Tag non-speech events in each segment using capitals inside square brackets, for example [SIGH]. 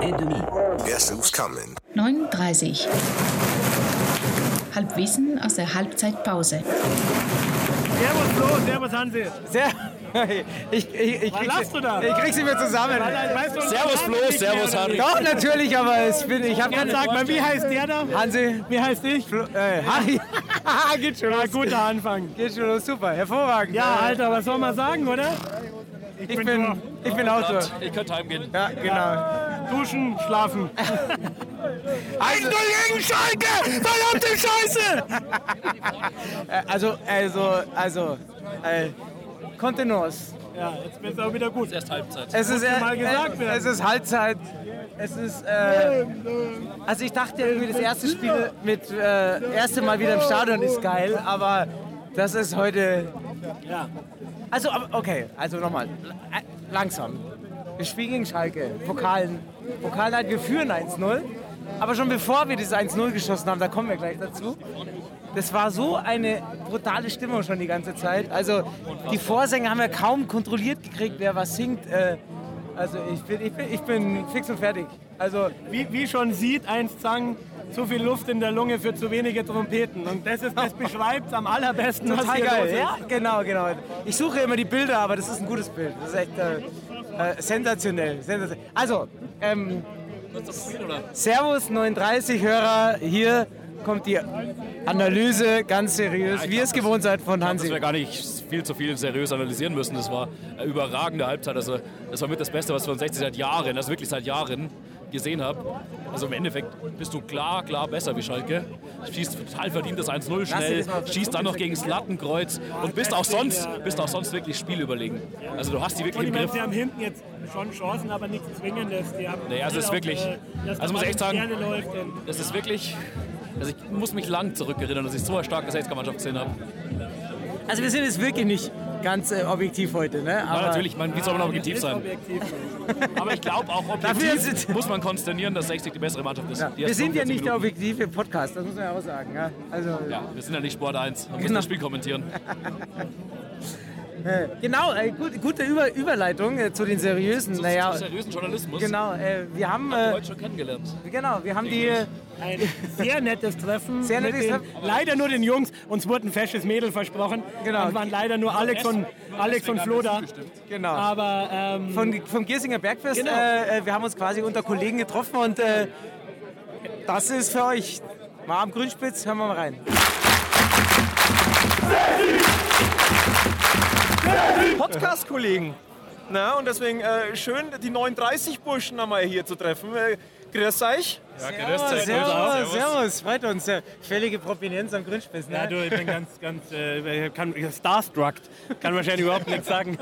Edemi. Guess who's coming? 39. Halbwissen aus der Halbzeitpause. Servus Flo, Servus Hansi. Sehr. Ich, ich, ich, krieg lachst du sie, da? ich krieg sie mir zusammen. Weißt du, Servus Flo, Servus Harry. Doch, natürlich, aber es bin, ich habe Jetzt sag mal, wie heißt der da? Hansi, Wie heißt ich? Flo- äh, Harry. [LAUGHS] Geht schon Ja, los. guter Anfang. Geht schon los, super, hervorragend. Ja, Alter, was soll man sagen, oder? ich, bin, ich bin Autor. Ich könnte heimgehen. Ja, genau. Duschen, schlafen. Also, Schalke! Verdammte Scheiße! [LAUGHS] äh, also, also, also, äh, Contenance. Ja, jetzt wird's auch wieder gut. Erst Halbzeit. Es ist, äh, mal gesagt äh, werden. es ist Halbzeit. Es ist, äh, also ich dachte irgendwie, das erste Spiel mit, äh, erste Mal wieder im Stadion ist geil, aber das ist heute Ja. Also, aber- okay, also nochmal. Äh, Langsam. Wir spielen gegen Schalke. Pokalen. Pokalen halt, wir führen 1-0. Aber schon bevor wir dieses 1-0 geschossen haben, da kommen wir gleich dazu. Das war so eine brutale Stimmung schon die ganze Zeit. Also, die Vorsänger haben wir kaum kontrolliert gekriegt, wer was singt. Äh, also, ich bin, ich, bin, ich bin fix und fertig. Also, Wie, wie schon sieht, eins Zang, zu viel Luft in der Lunge für zu wenige Trompeten. Und das, ist, das beschreibt am allerbesten, was total hier geil. los ist. Ja, genau, genau. Ich suche immer die Bilder, aber das ist ein gutes Bild. Das ist echt äh, äh, sensationell. sensationell. Also, ähm, Servus 39 Hörer, hier kommt die Analyse ganz seriös, wie ihr es gewohnt seid von Dass wir Hansi. gar nicht viel zu viel seriös analysieren müssen. Das war eine überragende Halbzeit. Also, das war mit das Beste, was wir von 60 seit Jahren, also wirklich seit Jahren gesehen haben. Also im Endeffekt bist du klar, klar besser wie Schalke. Schießt total verdient das 1-0 schnell, das mal- schießt dann noch gegen das Lattenkreuz und bist auch sonst, bist auch sonst wirklich spielüberlegen. Also du hast die Und wirklich ich im meine, Griff. sie haben hinten jetzt schon Chancen, aber nichts Zwingendes. Die haben Nee, also es ist wirklich- das also muss ich echt sagen- Gerne läuft und Das ist wirklich... Also ich muss mich lang zurückerinnern, dass ich so eine starke 60er-Mannschaft gesehen habe. Also wir sind jetzt wirklich nicht ganz äh, objektiv heute, ne? Ja, Aber natürlich, ich meine, wie soll man objektiv ist sein? objektiv. Aber ich glaube auch Dafür objektiv sind- muss man konsternieren, dass 60 die bessere Mannschaft ist. Ja, Die wir erst sind ja 45 nicht der Minuten. objektive Podcast, das muss man ja auch sagen. Ja? Also, Ja, wir sind ja nicht Sport 1. Wir müssen Genau. das Spiel kommentieren. äh, genau, äh, gut, gute Über Überleitung äh, zu den seriösen. Naja, Zu seriösen Journalismus. genau, äh, wir Haben haben... wir Äh, Heute schon kennengelernt. Genau, wir haben die. Ein sehr nettes Treffen. Sehr mit nettes den, Treffen. Leider nur den Jungs. Uns wurde ein fesches Mädel versprochen. Genau. Und waren leider nur Alex und, Alex und Flo da. Genau. Aber ähm, Von, vom Giersinger Bergfest. Genau. Äh, äh, wir haben uns quasi unter Kollegen getroffen und äh, das ist für euch. Mal am Grünspitz, hören wir mal rein. Podcast-Kollegen. Na, und deswegen äh, schön, die 39-Burschen einmal hier zu treffen. Äh, grüß Ja, euch. Ah, Servus, servus, servus. freut uns. äh, Völlige Propinenz am Grünspitz. Ne? ja, du, ich bin ganz, ganz äh, kann, starstruck. Kann wahrscheinlich überhaupt nichts sagen.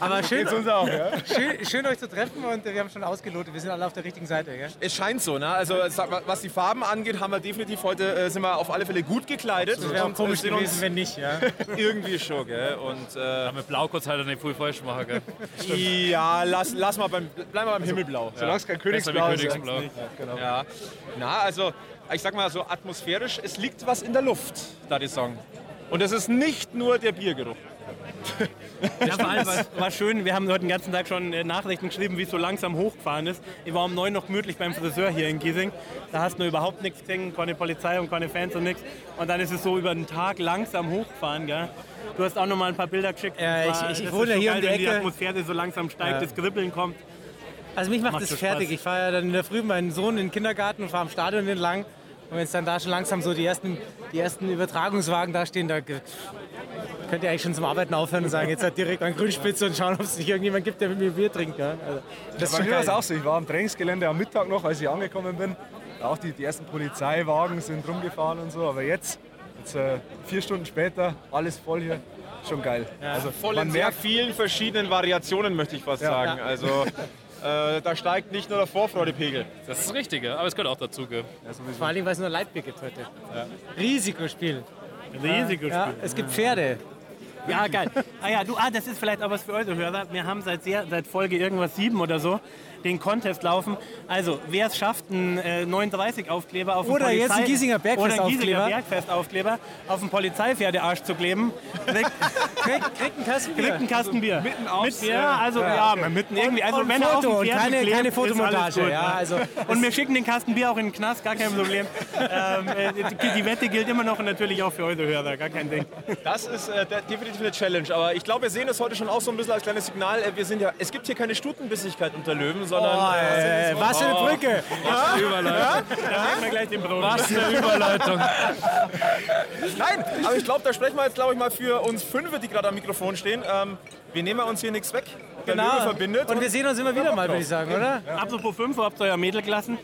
Aber schön, auch, ja. [LAUGHS] schön, schön euch zu treffen und äh, wir haben schon ausgelotet. Wir sind alle auf der richtigen Seite. Gell? Es scheint so, ne? Also sag mal, was die Farben angeht, haben wir definitiv heute äh, sind wir auf alle Fälle gut gekleidet. Das wäre auch Und, äh, komisch sind gewesen, wenn nicht. Ja? uns irgendwie schon, gell? Und äh, Mit Blau kurz halt eine Full falsch machen, gell? ja, lass, lass mal beim, bleib mal beim Himmelblau. Solange es kein Besser wie Königsblau. Ja. Na, also, ich sag mal so atmosphärisch, es liegt was in der Luft, da die Song. Und es ist nicht nur der Biergeruch. Ja, vor allem war, war schön, wir haben heute den ganzen Tag schon äh, Nachrichten geschrieben, wie es so langsam hochgefahren ist. Ich war um neun noch gemütlich beim Friseur hier in Giesing. Da hast du überhaupt nichts gesehen, keine Polizei und keine Fans und nichts. Und dann ist es so über den Tag langsam hochgefahren, gell? Du hast auch noch mal ein paar Bilder geschickt. Ja, Das war- ich- ich das wohne ist so hier um geil, die wenn Die Ecke. Atmosphäre so langsam steigt, Ja. das Kribbeln kommt. Also mich macht, Macht das schon fertig. Spaß. Ich fahre ja dann in der Früh meinen Sohn in den Kindergarten und fahre am Stadion entlang. Und wenn es dann da schon langsam so die ersten, die ersten Übertragungswagen da stehen, da ge- könnt ihr eigentlich schon zum Arbeiten aufhören und sagen, jetzt halt direkt an Grünspitze und schauen, ob es nicht irgendjemand gibt, der mit mir Bier trinkt. Ja? Also, das ist Bei schon mir war es geil. auch so. Ich war am Trainingsgelände am Mittag noch, als ich angekommen bin. Auch die, die ersten Polizeiwagen sind rumgefahren und so. Aber jetzt, jetzt äh, vier Stunden später, alles voll hier. Schon geil. also Voll man in sehr merkt, vielen verschiedenen Variationen, möchte ich fast sagen. Also, äh, da steigt nicht nur der Vorfreudepegel. Das ist richtig, gell? aber es gehört auch dazu, gell? Vor allem, weil es nur Leitbier gibt heute. Risikospiel. Riesiges Ja, es gibt Pferde. Ja, geil. Ah ja, du, ah, das ist vielleicht auch was für eure Hörer. Wir haben seit, sehr, seit Folge irgendwas sieben oder so den Contest laufen. Also, wer es schafft, einen äh, 39-Aufkleber auf Oder den jetzt einen Polizei- Giesinger Bergfest- oder einen Giesinger Aufkleber. Bergfest-Aufkleber auf den Polizeipferdearsch zu kleben, kriegt, Kriegt krieg einen kriegt Kassenbier. einen Kasten Bier. Mitten aufs- Mit, ja, also, ja, mitten irgendwie. Also, und wenn er auf Foto dem und Pferd keine- klebt, keine ist alles Fotomontage, gut, ja, ne? also, und wir schicken den Kasten Bier auch in den Knast, gar kein [LAUGHS] Problem. ähm, äh, die, die Wette gilt immer noch und natürlich auch für eure Hörer, gar kein Ding. Das ist äh, de- definitiv eine Challenge, aber ich glaube, wir sehen das heute schon auch so ein bisschen als kleines Signal. Äh, wir sind ja, es gibt hier keine Stutenbissigkeit unter Löwen, sondern Oh, äh, Äh, was für Oh. eine Brücke. Da sehen wir gleich den Brot. Was eine Überleitung. Nein, aber ich glaube, da sprechen wir jetzt, glaube ich, mal für uns Fünfe, die gerade am Mikrofon stehen. Ähm, wir nehmen ja uns hier nichts weg. Der Genau. Löwe verbindet. Und wir sehen uns immer wieder mal, würde ich sagen, oder? Apropos 5, habt ihr euer Mädel gelassen?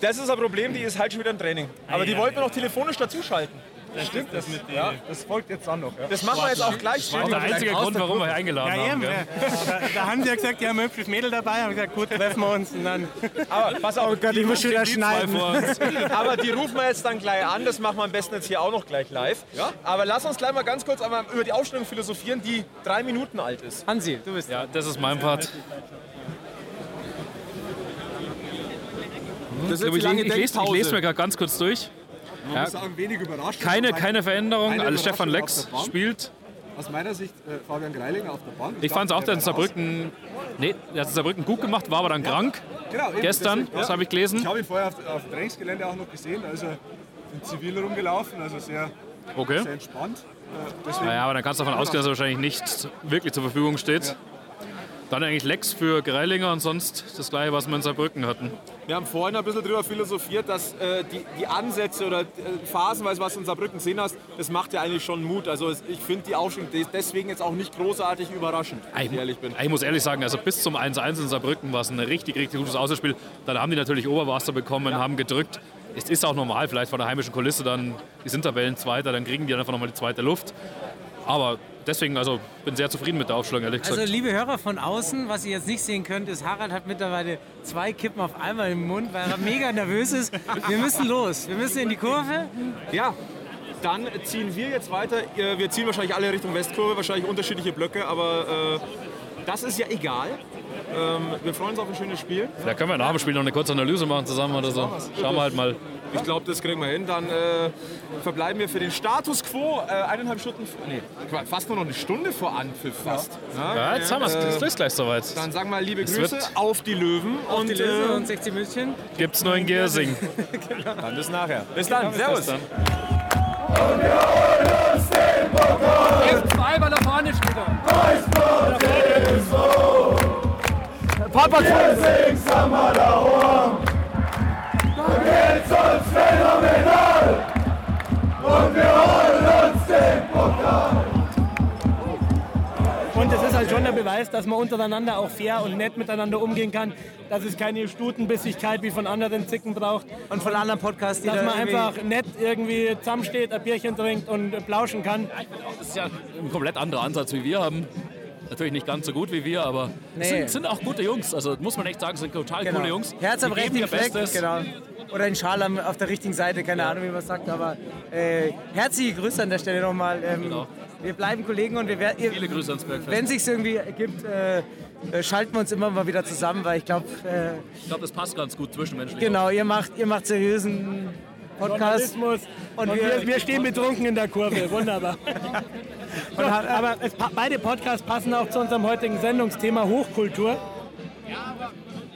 das ist ein Problem, die ist halt schon wieder im Training. Aber die Ei, wollten wir noch telefonisch dazuschalten. Stimmt das mit dir? Ja, das folgt jetzt dann noch. Ja. Das machen wir jetzt auch gleich. Der einzige Grund, warum wir hier eingeladen Ja, eben. haben. Gell? Da, da haben sie ja gesagt, die haben ein hübsches Mädel dabei. Haben gesagt, gut, treffen wir uns. Und dann Aber pass auf, Ich muss wieder Die zwei schneiden. vor uns. [LAUGHS] Aber die rufen wir jetzt dann gleich an. Das machen wir am besten jetzt hier auch noch gleich live. Aber lass uns gleich mal ganz kurz einmal über die Aufstellung philosophieren, die drei Minuten alt ist. Hansi, du bist Ja, das ist mein Part. Das ist Ich, ich, ich, lese, ich lese mir gerade ganz kurz durch. Ich muss sagen, wenig überrascht. Keine, keine Veränderung. Keine Also Stefan Überraschung Lex auf der Bank. spielt. Aus meiner Sicht äh, Fabian Greilinger auf der Bank. Ich fand es auch, der dass Saarbrücken. Nee, der hat Saarbrücken gut gemacht, war aber dann krank. Genau, eben, Gestern, deswegen, das ja. habe ich gelesen. Ich habe ihn vorher auf, auf dem Trainingsgelände auch noch gesehen, also im Zivil rumgelaufen, also sehr, Okay. sehr entspannt. Äh, Deswegen Naja, aber dann kannst du davon ausgehen, dass er wahrscheinlich nicht wirklich zur Verfügung steht. Dann eigentlich Lex für Greilinger und sonst das gleiche, was wir in Saarbrücken hatten. Wir haben vorhin ein bisschen drüber philosophiert, dass äh, die, die Ansätze oder äh, phasenweise, was du in Saarbrücken gesehen hast, das macht ja eigentlich schon Mut. Also es, ich finde die Aufstellung des- deswegen jetzt auch nicht großartig überraschend, wenn ich ehrlich bin. Ich muss ehrlich sagen, also bis zum 1-1 in Saarbrücken war es ein richtig, richtig gutes Außerspiel. Dann haben die natürlich Oberwasser bekommen, haben gedrückt. Es ist auch normal, vielleicht von der heimischen Kulisse dann, die sind Tabellenzweiter, dann kriegen die einfach nochmal die zweite Luft. Aber deswegen, also bin sehr zufrieden mit der Aufstellung, ehrlich gesagt. Also liebe Hörer von außen, was ihr jetzt nicht sehen könnt, ist, Harald hat mittlerweile zwei Kippen auf einmal im Mund, weil er mega nervös ist. Wir müssen los, wir müssen in die Kurve. Ja, dann ziehen wir jetzt weiter. Äh, Wir ziehen wahrscheinlich alle Richtung Westkurve, wahrscheinlich unterschiedliche Blöcke, aber äh, das ist ja egal. Ähm, wir freuen uns auf ein schönes Spiel. da können wir nach dem Spiel noch eine kurze Analyse machen zusammen oder so. Schauen wir halt mal. Ich glaube, das kriegen wir hin. Dann äh, verbleiben wir für den Status quo äh, eineinhalb Stunden, nee, Quatsch, fast nur noch eine Stunde vor Anpfiff fast. Ja. Ja, jetzt haben wir es. Das ist gleich soweit. Dann sagen wir liebe Es Grüße wird- auf die Löwen und Die Löwen und 60 München. Gibt's nur in Giersing. äh, dann bis nachher. Bis dann, Servus. servus. Und es ist halt schon der Beweis, dass man untereinander auch fair und nett miteinander umgehen kann, dass es keine Stutenbissigkeit wie von anderen Zicken braucht, Und von anderen Podcasts, die dass da man irgendwie- einfach nett irgendwie zusammensteht, ein Bierchen trinkt und plauschen kann. [LAUGHS] Das ist ja ein komplett anderer Ansatz, wie wir haben. Natürlich nicht ganz so gut wie wir, aber Nee. es sind, sind auch gute Jungs. Also muss man echt sagen, es sind total genau. coole Jungs. Herz am Die geben rechten ihr Fleck. Bestes. Genau. Oder in Schal am- auf der richtigen Seite, keine Ahnung, wie man sagt, aber äh, herzliche Grüße an der Stelle nochmal. Ähm, Genau. Wir bleiben Kollegen und wir werden. ihr- Viele Grüße ans Bergfest. Wenn es irgendwie ergibt, äh, äh, schalten wir uns immer mal wieder zusammen, weil ich glaube, äh, Ich glaube, das passt ganz gut zwischenmenschlich. Genau, ihr macht, ihr macht seriösen Podcast. Journalismus. Und Und, wir- wir, wir stehen betrunken in der Kurve. Wunderbar. So, aber es, pa- beide Podcasts passen auch zu unserem heutigen Sendungsthema Hochkultur.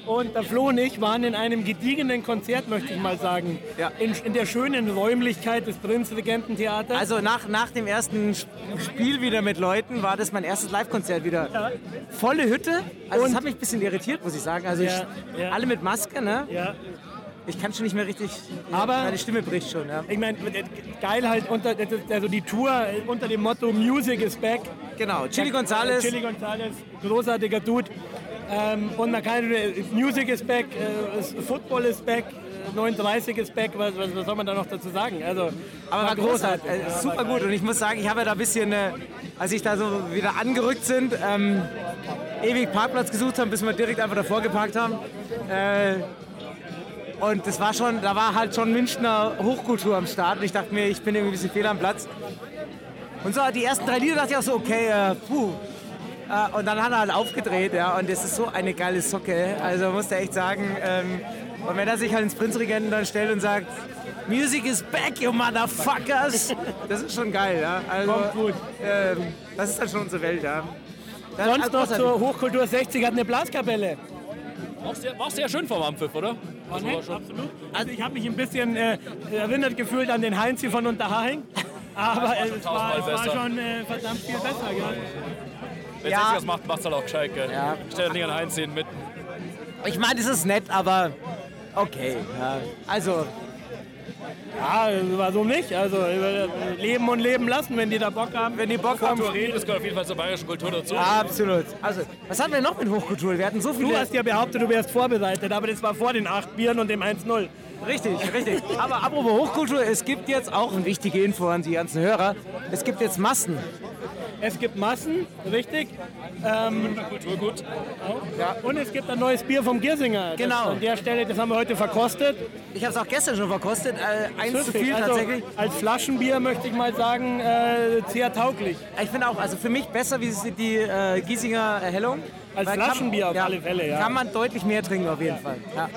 Und der Flo und ich waren in einem gediegenen Konzert, möchte ich mal sagen. Ja. In, in der schönen Räumlichkeit des Prinzregententheaters. Also nach, nach dem ersten Sp- Spiel wieder mit Leuten war das mein erstes Live-Konzert wieder. Volle Hütte. Also das Und- hat mich ein bisschen irritiert, muss ich sagen. Also Ja, ich, ja. alle mit Maske, ne? ja. Ich kann schon nicht mehr richtig. Aber- meine Stimme bricht schon. Ja. Ich meine, geil halt unter das ist also die Tour unter dem Motto Music is back. Genau. Chili Gonzalez. Chili Gonzalez, großartiger Dude. Ähm, und man kann, äh, Music is back, äh, ist- Football is back, äh, 39 is back, was, was, was soll man da noch dazu sagen? Also, Aber war großartig, Ja, äh, war geil. super gut. Und ich muss sagen, ich habe ja da ein bisschen, äh, als ich da so wieder angerückt sind, ähm, ewig Parkplatz gesucht haben, bis wir direkt einfach davor geparkt haben. Äh, und das war schon, da war halt schon Münchner Hochkultur am Start. Und ich dachte mir, ich bin irgendwie ein bisschen fehl am Platz. Und so die ersten drei Lieder dachte ich auch so, okay, äh, puh, Äh, und dann hat er halt aufgedreht, ja. Und das ist so eine geile Socke. Also muss der echt sagen. Ähm, und wenn er sich halt ins Prinzregenten dann stellt und sagt, Music is back, you [LAUGHS] motherfuckers. Das ist schon geil, ja. Also, Kommt gut. Ähm, das ist dann schon unsere Welt, ja. Dann- Sonst also, noch zur Hochkultur 60 hat eine Blaskapelle. Warst du ja- warst du ja schön vom Ampfiff, oder? Also, war schon- Absolut. Also ich habe mich ein bisschen äh, erinnert gefühlt an den Heinz hier von Unterhaching. Aber es war, es tausendmal war besser. schon äh, verdammt viel besser. Gell? Wenn Ja. ja. das macht, macht's halt auch gescheit, gell? Ja. Stell den Ding an Heinz hin mit. Ich meine, das ist nett, aber okay. Ja. Also, Ja, es war so nicht. Also äh, leben und leben lassen, wenn die da Bock haben. wenn die Bock haben, Kulturell, das gehört auf jeden Fall zur bayerischen Kultur dazu. Absolut. Also, was hatten wir noch mit Hochkultur? Wir hatten so viele. Du hast ja behauptet, du wärst vorbereitet, aber das war vor den 8 Bieren und dem 1-0. Richtig, richtig. Aber apropos Hochkultur, es gibt jetzt auch eine wichtige Info an die ganzen Hörer. Es gibt jetzt Massen. Es gibt Massen, richtig. Ähm, Kulturgut. Und es gibt ein neues Bier vom Giersinger. Das Genau. An der Stelle, das haben wir heute verkostet. Ich habe es auch gestern schon verkostet. Äh, eins zu Süffig. viel also, tatsächlich. Als Flaschenbier möchte ich mal sagen, äh, sehr tauglich. Ich finde auch, also für mich besser wie sie- die äh, Giesinger Erhellung. Als Weil kann- Flaschenbier auf alle Fälle, ja. Kann man deutlich mehr trinken auf jeden Fall. Ja.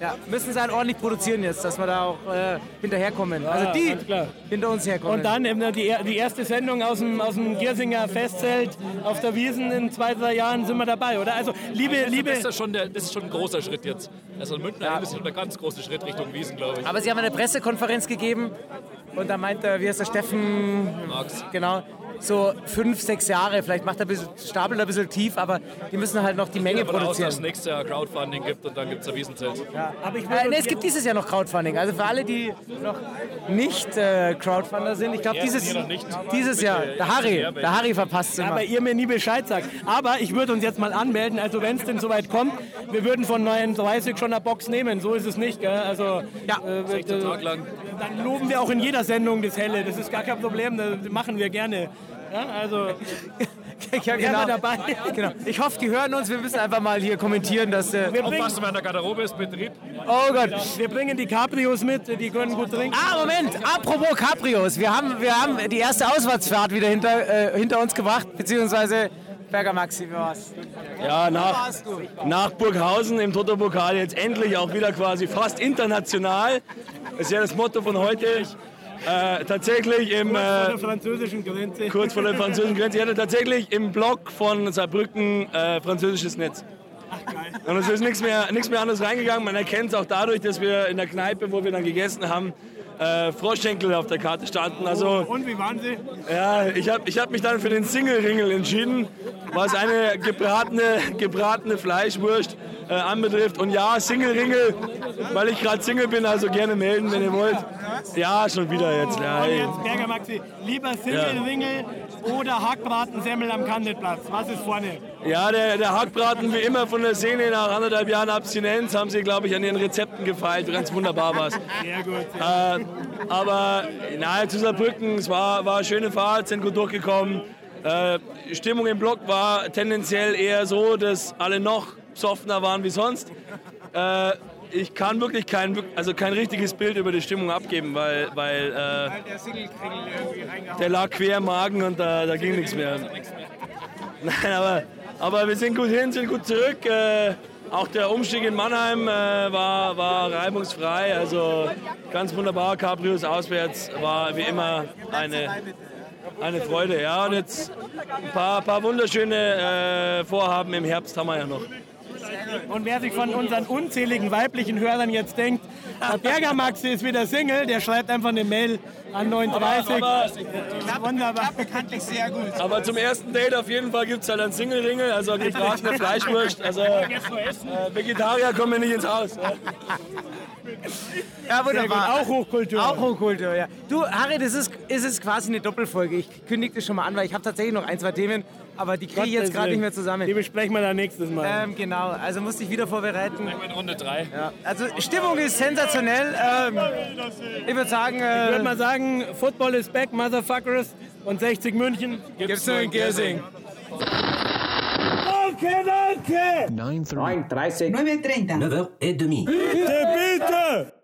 Ja. Müssen sie halt ordentlich produzieren jetzt, dass wir da auch äh, hinterherkommen. also die ganz klar. hinter uns herkommen. Und dann eben die, die erste Sendung aus dem, aus dem Giersinger Festzelt auf der Wiesen in zwei, drei Jahren sind wir dabei, oder? Also, liebe, liebe. Das ist, ja schon der, das ist schon ein großer Schritt jetzt. Also in München ist schon der ganz große Schritt Richtung Wiesen, glaube ich. Aber sie haben eine Pressekonferenz gegeben und da meint der, wie heißt der Steffen, Max. genau, so fünf, sechs Jahre, vielleicht macht er ein bisschen, stapelt er ein bisschen tief, aber die müssen halt noch die Menge Davon aus, dass es produzieren. nächstes Jahr Crowdfunding gibt und dann gibt es ein Wiesenzelt. Aber ich will uns Äh, nee, es jetzt- gibt dieses Jahr noch Crowdfunding. Also für alle, die noch nicht äh, Crowdfunder sind, ich glaube Ja, dieses, die noch nicht. dieses Jahr, der Harry, der Harry verpasst es immer. Aber ihr mir nie Bescheid sagt. Aber ich würde uns jetzt mal anmelden, also wenn es denn soweit kommt, wir würden von 39 schon eine Box nehmen, so ist es nicht. Gell? Also, Ja. äh, wir- Tag lang. dann loben wir auch in jeder Sendung das Helle, das ist gar kein Problem, das machen wir gerne. Ja, also, ja, wären genau. wir dabei. Genau. Ich hoffe, die hören uns. Wir müssen einfach mal hier kommentieren, dass... Äh, Wir bringen, Aufpassen, wenn der Garderobe ist, Betrieb. oh Gott. wir bringen die Cabrios mit, die können gut trinken. Ah, Moment, apropos Cabrios. Wir haben, wir haben die erste Auswärtsfahrt wieder hinter, äh, hinter uns gebracht, beziehungsweise Berger Maxi, wie war's? Ja, nach, warst du? nach Burghausen im Toto-Pokal jetzt endlich auch wieder quasi fast international. Das ist ja das Motto von heute. Äh, tatsächlich im, Vor äh, der französischen Grenze. kurz vor der französischen Grenze, ich hatte tatsächlich im Block von Saarbrücken äh, französisches Netz. Und es ist nichts mehr, nichts mehr anderes reingegangen. Man erkennt es auch dadurch, dass wir in der Kneipe, wo wir dann gegessen haben, äh, Froschschenkel auf der Karte standen. Also Oh, Und wie waren sie? ja, ich habe ich hab mich dann für den Single-Ringel entschieden, was eine gebratene, gebratene Fleischwurst äh, anbetrifft. Und ja, Single-Ringel, weil ich gerade Single bin, also gerne melden, wenn ihr wollt. Ja, schon wieder jetzt. Ja, Und ey. jetzt, Berger Maxi, lieber Single-Ringel oder Hackbratensemmel am Kandelplatz. Was ist vorne? ja der, der Hackbraten wie immer von der Szene nach anderthalb Jahren Abstinenz haben sie, glaube ich, an ihren Rezepten gefeilt. Ganz wunderbar war's. Sehr gut. sehr Äh, aber naja, zu Saarbrücken, es war, war eine schöne Fahrt, sind gut durchgekommen. Äh, Stimmung im Block war tendenziell eher so, dass alle noch softener waren wie sonst. Äh, ich kann wirklich kein, wirk- also kein richtiges Bild über die Stimmung abgeben, weil, weil äh, Der Single-Kringel irgendwie reingehauen. der lag quer im Magen und da, da ging nichts mehr. Nein, [LAUGHS] aber, aber wir sind gut hin, sind gut zurück. Äh, auch der Umstieg in Mannheim äh, war, war reibungsfrei. Also ganz wunderbar. Cabrios auswärts war wie immer eine, eine Freude. Ja, und jetzt ein paar, paar wunderschöne äh, Vorhaben im Herbst haben wir ja noch. Und wer sich von unseren unzähligen weiblichen Hörern jetzt denkt, der Berger Maxi ist wieder Single, der schreibt einfach eine Mail an 39. Aber, Wunderbar. Bekanntlich sehr gut. aber zum ersten Date auf jeden Fall gibt es halt einen Single-Ringel, also gebratene Fleischwurst. Also äh, Vegetarier kommen wir nicht ins Haus. Ja. Ja, wunderbar. Auch Hochkultur. Auch Hochkultur, ja. Du, Harry, das ist, ist es quasi eine Doppelfolge. Ich kündige das schon mal an, weil ich habe tatsächlich noch ein, zwei Themen, aber die kriege ich jetzt gerade nicht mehr Die zusammen. besprechen wir dann nächstes Mal. Ähm, genau, also musste ich wieder vorbereiten. In Runde 3. Ja. Also Stimmung ist sensationell. Ähm, ich würde sagen, ich würde äh, mal sagen, Football is back, Motherfuckers. Und 60 München. gibt's nur in Giersing. Danke, danke! 9h30. 9h30. 9h30. Bitte, bitte!